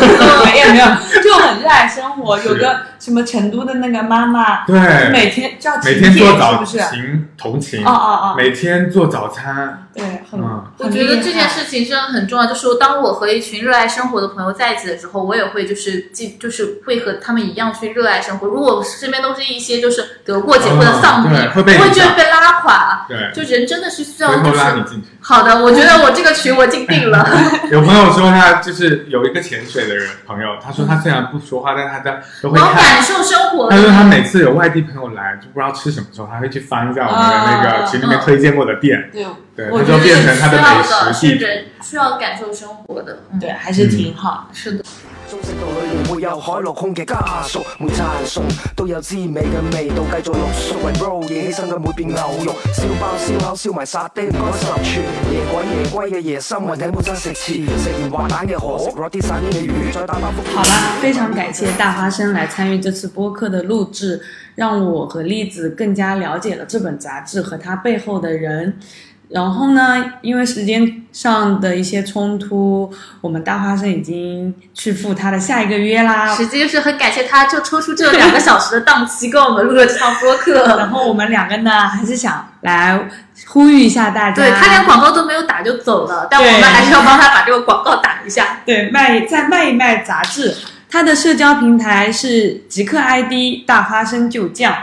没有没有，就很热爱生活。是有个什么成都的那个妈妈，对，每天叫每晴天天做是早不是？勤同勤哦，哦哦，每天做早餐，对，很嗯，我觉得这件事。事情真的很重要，就是当我和一群热爱生活的朋友在一起的时候，我也会就是记，就是会和他们一样去热爱生活。如果身边都是一些就是得过且过的丧逼，嗯对我会被会影觉得响被拉垮。对，就人真的是需要回就头拉你嗯是进去。好的，我觉得我这个群我进定 了，有朋友说他就是有一个潜水的人朋友，他说他虽然不说话，但他在都我会要看。感受生活。他说他每次有外地朋友来，就不知道吃什么时候，他会去翻一下我们的那个群嗯里面推荐过的店，对对，他我我就觉得变成他需要美的食是地图。人需要感受生活的，嗯对，还是挺好。是的，中式道裏面會有海陸空嘅家屬，每餐餸都有滋味嘅味道，繼續落熟為 bro 惹起身嘅每片牛肉，燒包燒烤燒埋沙爹，唔該十串夜鬼夜歸嘅夜深，雲頂本身食翅，食完滑蛋嘅河，食咗啲散啲嘅魚，再打包福。好啦，非常感谢大花生来参与这次播客的录制，让我和栗子更加了解了这本杂志和它背后的人。然后呢，因为时间上的一些冲突，我们大花生已经去赴他的下一个约啦。实际就是很感谢他，就抽出这两个小时的档期跟我们录了这场播然 客。后我们两个呢，还是想来呼吁一下大家，对他连广告都没有打就走了，但我们啊对还是要帮他把这个广告打一下。对，卖再卖一卖杂志。它的社交平台是极客 ID 大花生就酱。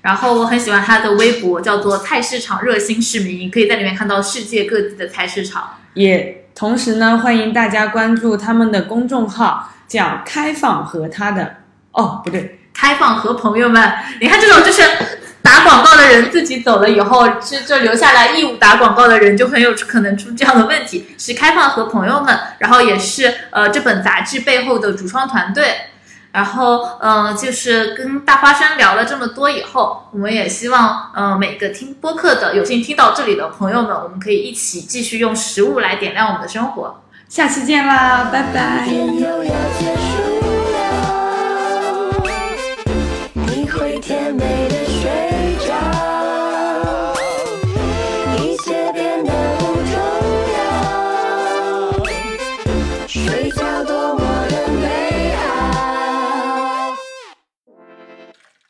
然后我很喜欢他的微博，叫做“菜市场热心市民”，可以在里面看到世界各地的菜市场。也同时呢，欢迎大家关注他们的公众号，叫“开放和他的”。哦，不对，开放和朋友们，你看这种就是打广告的人自己走了以后，这就留下来义务打广告的人就很有可能出这样的问题。是开放和朋友们，然后也是呃这本杂志背后的主创团队。然后，嗯、就是跟大花生聊了这么多以后，我们也希望，嗯、每个听播客的有幸听到这里的朋友们，我们可以一起继续用食物来点亮我们的生活。下期见啦，拜拜。天又要结束了，你会甜美的。